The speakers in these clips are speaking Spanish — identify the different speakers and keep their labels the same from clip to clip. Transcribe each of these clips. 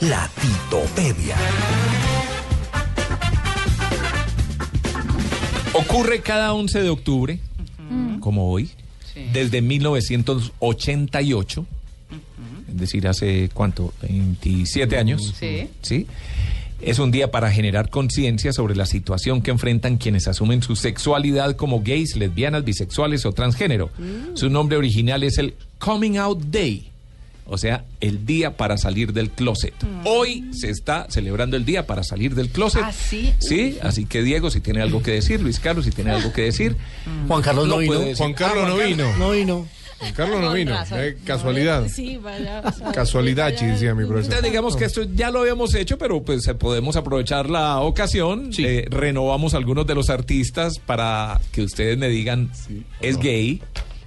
Speaker 1: la titopedia.
Speaker 2: Ocurre cada 11 de octubre, como hoy, desde 1988, es decir, hace cuánto, 27 años.
Speaker 3: Sí.
Speaker 2: ¿sí? Es un día para generar conciencia sobre la situación que enfrentan quienes asumen su sexualidad como gays, lesbianas, bisexuales o transgénero.
Speaker 3: Mm.
Speaker 2: Su nombre original es el Coming Out Day, o sea, el día para salir del closet. Hoy se está celebrando el día para salir del closet.
Speaker 3: Mm. ¿Ah, sí?
Speaker 2: Sí, así que Diego, si tiene algo que decir, Luis Carlos, si tiene algo que decir.
Speaker 3: Mm.
Speaker 4: Juan Carlos
Speaker 2: lo
Speaker 4: no vino. Ah,
Speaker 2: puede decir.
Speaker 5: Juan Carlos no vino.
Speaker 4: No vino.
Speaker 5: Juan Carlos no vino. Eh, casualidad.
Speaker 6: Sí, vaya.
Speaker 5: Casualidad, chi, decía mi
Speaker 2: Entonces,
Speaker 5: profesor.
Speaker 2: digamos que esto ya lo habíamos hecho, pero pues eh, podemos aprovechar la ocasión. Eh, renovamos algunos de los artistas para que ustedes me digan, ¿es gay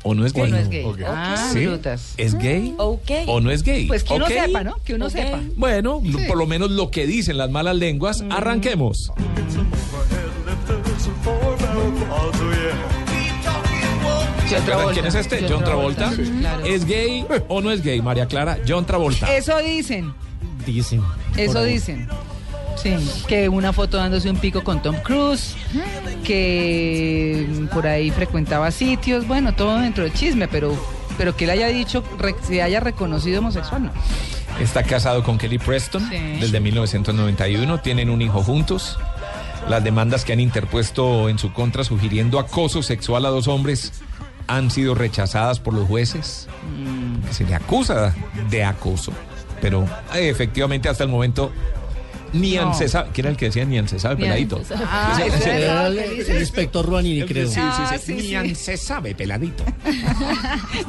Speaker 2: o no es
Speaker 3: O
Speaker 2: gay?
Speaker 3: no es gay.
Speaker 5: Ok.
Speaker 3: Ah,
Speaker 2: ¿Sí?
Speaker 3: brutas.
Speaker 2: ¿Es gay
Speaker 6: ok.
Speaker 2: o no es gay?
Speaker 3: Pues que uno
Speaker 2: Ok.
Speaker 3: sepa, ¿no? Que uno
Speaker 6: Ok.
Speaker 3: sepa.
Speaker 2: Bueno, lo- por lo menos lo que dicen las malas lenguas,
Speaker 3: Mm.
Speaker 2: arranquemos.
Speaker 3: John
Speaker 2: ¿Recuerdan
Speaker 3: Travolta.
Speaker 2: ¿Quién es este? John Travolta.
Speaker 3: Claro.
Speaker 2: ¿Es gay o no es gay, María Clara? John Travolta.
Speaker 3: Eso dicen,
Speaker 4: Dicen.
Speaker 3: eso
Speaker 4: Por ahí.
Speaker 3: dicen. Sí, que una foto dándose un pico con Tom Cruise, que mm, por ahí frecuentaba sitios, bueno, todo dentro del chisme, pero pero que él haya dicho, re- se haya reconocido homosexual, ¿no?
Speaker 2: Está casado con Kelly Preston
Speaker 3: Sí.
Speaker 2: desde 1991. Tienen un hijo juntos. Las demandas que han interpuesto en su contra sugiriendo acoso sexual a dos hombres han sido rechazadas por los jueces.
Speaker 3: Mm.
Speaker 2: Se le acusa de acoso. Pero eh, efectivamente hasta el momento ni
Speaker 3: No.
Speaker 2: se sabe. ¿Quién era el que decía ni se sabe,
Speaker 3: Ni
Speaker 2: peladito?
Speaker 3: se sabe. Ah,
Speaker 2: Ese-
Speaker 3: ese
Speaker 2: ese-
Speaker 3: era
Speaker 4: Era
Speaker 3: lo
Speaker 4: el,
Speaker 3: que
Speaker 4: el
Speaker 3: dice.
Speaker 4: inspector Ruanini, creo.
Speaker 2: Sí, sí, sí.
Speaker 3: Ah, sí,
Speaker 2: Ni
Speaker 3: sí.
Speaker 2: se sabe, peladito.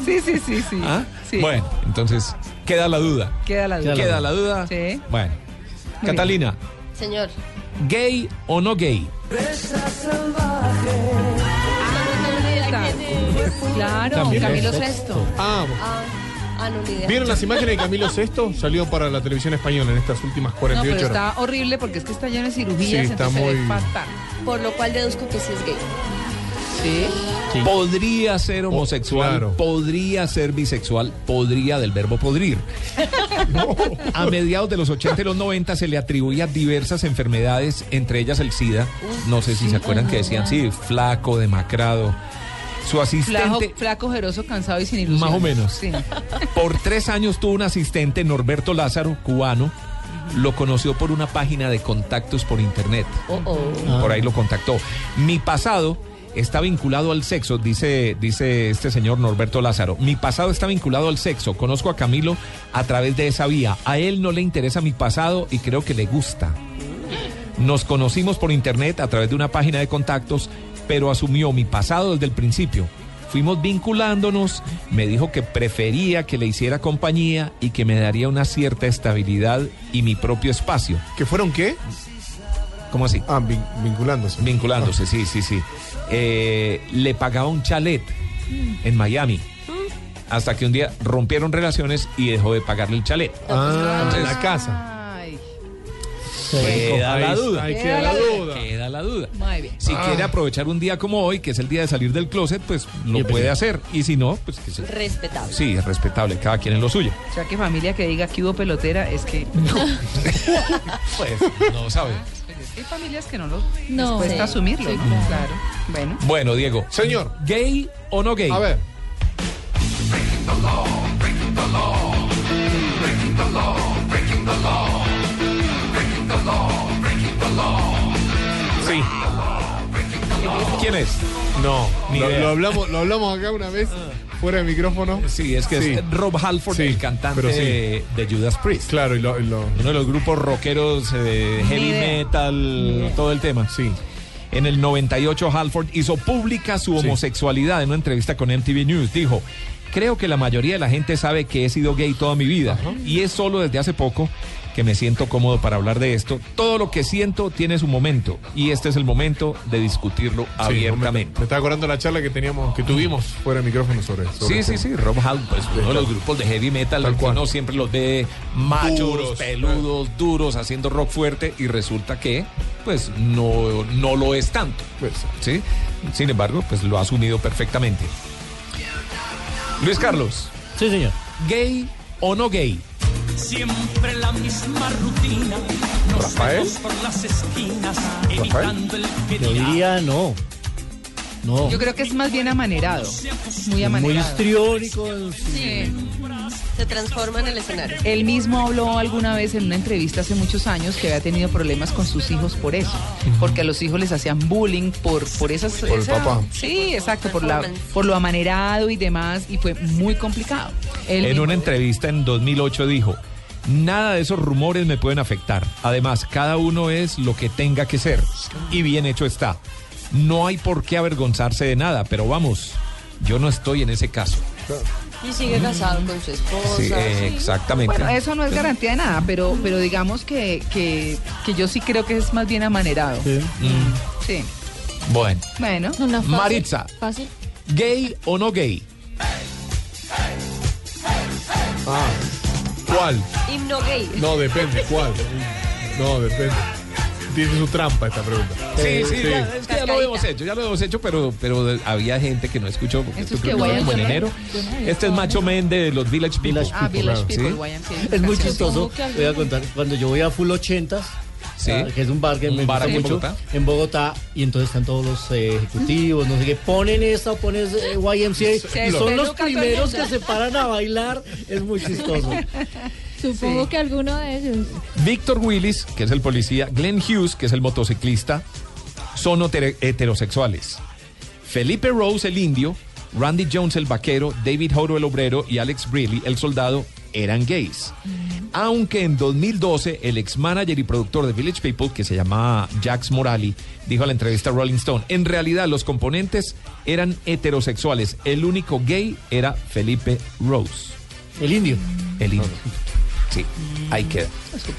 Speaker 3: Sí, sí, sí, sí.
Speaker 2: ¿Ah?
Speaker 3: Sí.
Speaker 2: Bueno, entonces queda la duda.
Speaker 3: queda la duda.
Speaker 2: Queda la duda.
Speaker 3: Sí.
Speaker 2: Bueno.
Speaker 3: Muy
Speaker 2: Catalina,
Speaker 6: Señor.
Speaker 2: ¿gay o no gay?
Speaker 3: Claro,
Speaker 2: Camilo
Speaker 3: Camilo
Speaker 4: Sexto.
Speaker 3: Sexto.
Speaker 5: Ah,
Speaker 6: Ah, ah, no, ni idea.
Speaker 5: ¿vieron las imágenes de Camilo VI? Salió para la televisión española en estas últimas
Speaker 3: No, pero
Speaker 5: 48 horas.
Speaker 3: está horrible porque es que está lleno de cirugías,
Speaker 5: Sí, está
Speaker 3: entonces se ve
Speaker 5: muy-
Speaker 3: fatal.
Speaker 6: Por lo cual deduzco que sí es gay.
Speaker 3: Sí.
Speaker 2: Podría ser homosexual,
Speaker 5: claro.
Speaker 2: podría ser bisexual, podría del verbo podrir. A mediados de los 80 y los 90 se le atribuía diversas enfermedades, entre ellas el SIDA. No sé si se acuerdan que decían, sí, flaco, demacrado. Su
Speaker 3: Flaco,
Speaker 2: asistente,
Speaker 3: flaco, ojeroso, cansado y sin ilusión.
Speaker 2: Más o menos.
Speaker 3: Sí.
Speaker 2: por tres años tuvo un asistente, Norberto Lázaro, cubano. Lo conoció por una página de contactos por internet.
Speaker 6: Oh, oh.
Speaker 2: Por ahí lo contactó. Mi pasado está vinculado al sexo, dice, dice este señor Norberto Lázaro. Mi pasado está vinculado al sexo. Conozco a Camilo a través de esa vía. A él no le interesa mi pasado y creo que le gusta. Nos conocimos por internet a través de una página de contactos, pero asumió mi pasado desde el principio. Fuimos vinculándonos, me dijo que prefería que le hiciera compañía y que me daría una cierta estabilidad y mi propio espacio.
Speaker 5: ¿Que fueron qué?
Speaker 2: ¿Cómo así?
Speaker 5: Ah, vin- vinculándose.
Speaker 2: Vinculándose, sí, sí, sí. Eh, le pagaba un chalet en Miami. Hasta que un día rompieron relaciones y dejó de pagarle el chalet.
Speaker 5: Ah, en
Speaker 2: Entonces-
Speaker 5: la casa.
Speaker 3: Ay,
Speaker 4: Sí.
Speaker 2: Queda la
Speaker 5: Ahí-
Speaker 2: duda.
Speaker 5: Ahí queda la duda.
Speaker 2: Queda la duda.
Speaker 3: muy bien.
Speaker 5: Ah.
Speaker 2: Si quiere aprovechar un día como hoy, que es el día de salir del closet, pues lo
Speaker 4: Bien,
Speaker 2: puede
Speaker 4: pues,
Speaker 2: hacer. Y si no, pues que se...
Speaker 6: Respetable.
Speaker 2: Sí, es respetable, cada quien en lo suyo.
Speaker 3: O sea, que familia que diga que hubo pelotera es que.
Speaker 2: Pues no sabe.
Speaker 3: Pues es que hay familias que no lo.
Speaker 6: No.
Speaker 3: les cuesta
Speaker 6: Sí,
Speaker 3: asumirlo,
Speaker 6: sí,
Speaker 3: ¿no?
Speaker 6: claro.
Speaker 3: Claro. Bueno.
Speaker 2: Bueno, Diego.
Speaker 5: Señor.
Speaker 2: ¿Gay o no gay?
Speaker 5: A ver.
Speaker 2: Sí. ¿Quién es?
Speaker 5: No,
Speaker 2: ni
Speaker 5: lo,
Speaker 2: idea. Ah.
Speaker 5: lo hablamos, lo hablamos acá una vez, fuera de micrófono.
Speaker 2: Sí, es que
Speaker 5: Sí.
Speaker 2: es Rob Halford,
Speaker 5: Sí,
Speaker 2: el cantante
Speaker 5: pero sí.
Speaker 2: de, de Judas Priest.
Speaker 5: Claro, y lo, y lo-
Speaker 2: Uno de los grupos rockeros, eh,
Speaker 3: Ni
Speaker 2: heavy
Speaker 3: idea.
Speaker 2: metal, todo el tema.
Speaker 5: Sí.
Speaker 2: En el 98, Halford hizo pública su
Speaker 5: Sí.
Speaker 2: homosexualidad en una entrevista con MTV News. Dijo, creo que la mayoría de la gente sabe que he sido gay toda mi vida. Y es solo desde hace poco que me siento cómodo para hablar de esto. Todo lo que siento tiene su momento. Y este es el momento de discutirlo
Speaker 5: Sí, no, me-
Speaker 2: abiertamente.
Speaker 5: Me, está acordando la charla que teníamos, que tuvimos fuera de micrófono sobre este eso.
Speaker 2: Sí, sí, sí, Rob Halford, pues uno de los grupos de heavy metal,
Speaker 5: Tal
Speaker 2: que
Speaker 5: cual.
Speaker 2: uno siempre los ve machos,
Speaker 5: Duros,
Speaker 2: peludos, duros, haciendo rock fuerte y resulta que pues no, no lo es tanto,
Speaker 5: Pues,
Speaker 2: ¿sí? Sin embargo, pues lo ha asumido perfectamente. Luis Carlos,
Speaker 4: Sí, señor.
Speaker 2: ¿gay o no gay?
Speaker 1: Siempre la misma rutina. Nos
Speaker 5: ¿Rafael?
Speaker 1: vemos por las esquinas,
Speaker 5: ¿Rafael?
Speaker 1: evitando el que
Speaker 4: Yo
Speaker 1: dirá.
Speaker 4: diría no. No.
Speaker 3: Yo creo que es más bien amanerado. Muy
Speaker 4: Muy
Speaker 3: amanerado.
Speaker 4: histriónico.
Speaker 3: Sí.
Speaker 6: Se transforma en el escenario.
Speaker 3: Él mismo habló alguna vez en una entrevista hace muchos años que había tenido problemas con sus hijos por eso, porque a los hijos les hacían bullying por por esas
Speaker 5: el
Speaker 3: esa-
Speaker 5: papá.
Speaker 3: Sí, exacto, por la
Speaker 6: Performance.
Speaker 3: por lo amanerado y demás y fue muy complicado. Él
Speaker 2: En
Speaker 3: mismo-
Speaker 2: una entrevista en 2008 dijo, nada de esos rumores me pueden afectar. Además, cada uno es lo que tenga que ser. Y bien hecho está. No hay por qué avergonzarse de nada, pero vamos, yo no estoy en ese caso.
Speaker 6: Y sigue casado con su esposa.
Speaker 2: Sí, eh, exactamente.
Speaker 3: Bueno, eso no es garantía de nada, pero pero digamos que, que, que yo sí creo que es más bien amanerado. Sí.
Speaker 2: Bueno,
Speaker 3: Bueno,
Speaker 2: Maritza,
Speaker 6: Fácil.
Speaker 2: ¿gay o no gay?
Speaker 5: ¿Cuál?
Speaker 6: Himno gay.
Speaker 5: No, depende, ¿cuál? No, depende. Tiene su trampa esta pregunta.
Speaker 2: Sí, sí,
Speaker 5: sí.
Speaker 2: ya, es que ya lo
Speaker 6: Cascadita.
Speaker 2: hemos hecho, ya lo hemos hecho, pero, pero había gente que no escuchó porque
Speaker 3: Esos
Speaker 2: esto creo
Speaker 3: que
Speaker 2: que fue
Speaker 3: guayan
Speaker 2: como en
Speaker 3: son-
Speaker 2: enero. Este es Macho Méndez de los Village People.
Speaker 4: Village
Speaker 3: ah, Village
Speaker 2: claro.
Speaker 3: People,
Speaker 2: Sí.
Speaker 3: YMCA,
Speaker 4: Es muy
Speaker 3: canción.
Speaker 4: chistoso.
Speaker 6: Supongo que alguien-
Speaker 4: Voy a contar. Cuando yo voy a Full 80s,
Speaker 2: Sí.
Speaker 4: ah, que es un bar que
Speaker 2: Un
Speaker 4: me
Speaker 2: bar
Speaker 4: gusta
Speaker 2: aquí en
Speaker 4: mucho,
Speaker 2: Bogotá.
Speaker 4: en Bogotá, y entonces están todos los eh, ejecutivos, no sé qué, ponen esta, ponen ese, eh, YMCA,
Speaker 6: Se
Speaker 4: y son
Speaker 6: peluca
Speaker 4: los
Speaker 6: todo el
Speaker 4: primeros
Speaker 6: mundo.
Speaker 4: que se paran a bailar. Es muy chistoso.
Speaker 7: Supongo
Speaker 3: Sí.
Speaker 7: que alguno de ellos.
Speaker 2: Víctor Willis, que es el policía, Glenn Hughes, que es el motociclista, son hotere- heterosexuales. Felipe Rose, el indio, Randy Jones, el vaquero, David Horo, el obrero, y Alex Breeley, el soldado, eran gays. Aunque en 2012 el ex manager y productor de Village People, que se llamaba Jax Morali, dijo a la entrevista a Rolling Stone, en realidad los componentes eran heterosexuales. El único gay era Felipe Rose,
Speaker 4: El indio.
Speaker 2: el Mm, indio. Sí, ahí queda.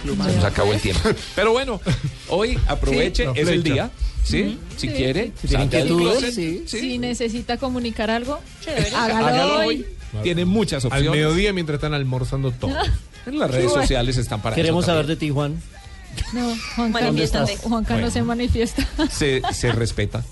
Speaker 2: Se nos acabó el tiempo. Pero bueno, hoy aproveche,
Speaker 5: Sí.
Speaker 2: es el
Speaker 5: La flecha.
Speaker 2: día. ¿Sí? Si quiere,
Speaker 4: tiene
Speaker 2: salga del
Speaker 4: inquietudes,
Speaker 2: closet,
Speaker 4: sí.
Speaker 2: sí.
Speaker 7: Si necesita comunicar algo, hágalo,
Speaker 2: Hágalo
Speaker 7: hoy.
Speaker 2: hoy. Tiene muchas
Speaker 5: Al
Speaker 2: opciones.
Speaker 5: mediodía mientras están almorzando todo.
Speaker 2: En las redes sociales están para
Speaker 4: Queremos
Speaker 2: eso
Speaker 4: saber
Speaker 2: también.
Speaker 4: de ti, Juan.
Speaker 7: No, Juan
Speaker 6: Bueno,
Speaker 7: Carlos,
Speaker 6: ¿dónde estás?
Speaker 7: Juan Carlos se manifiesta.
Speaker 2: Se, se respeta.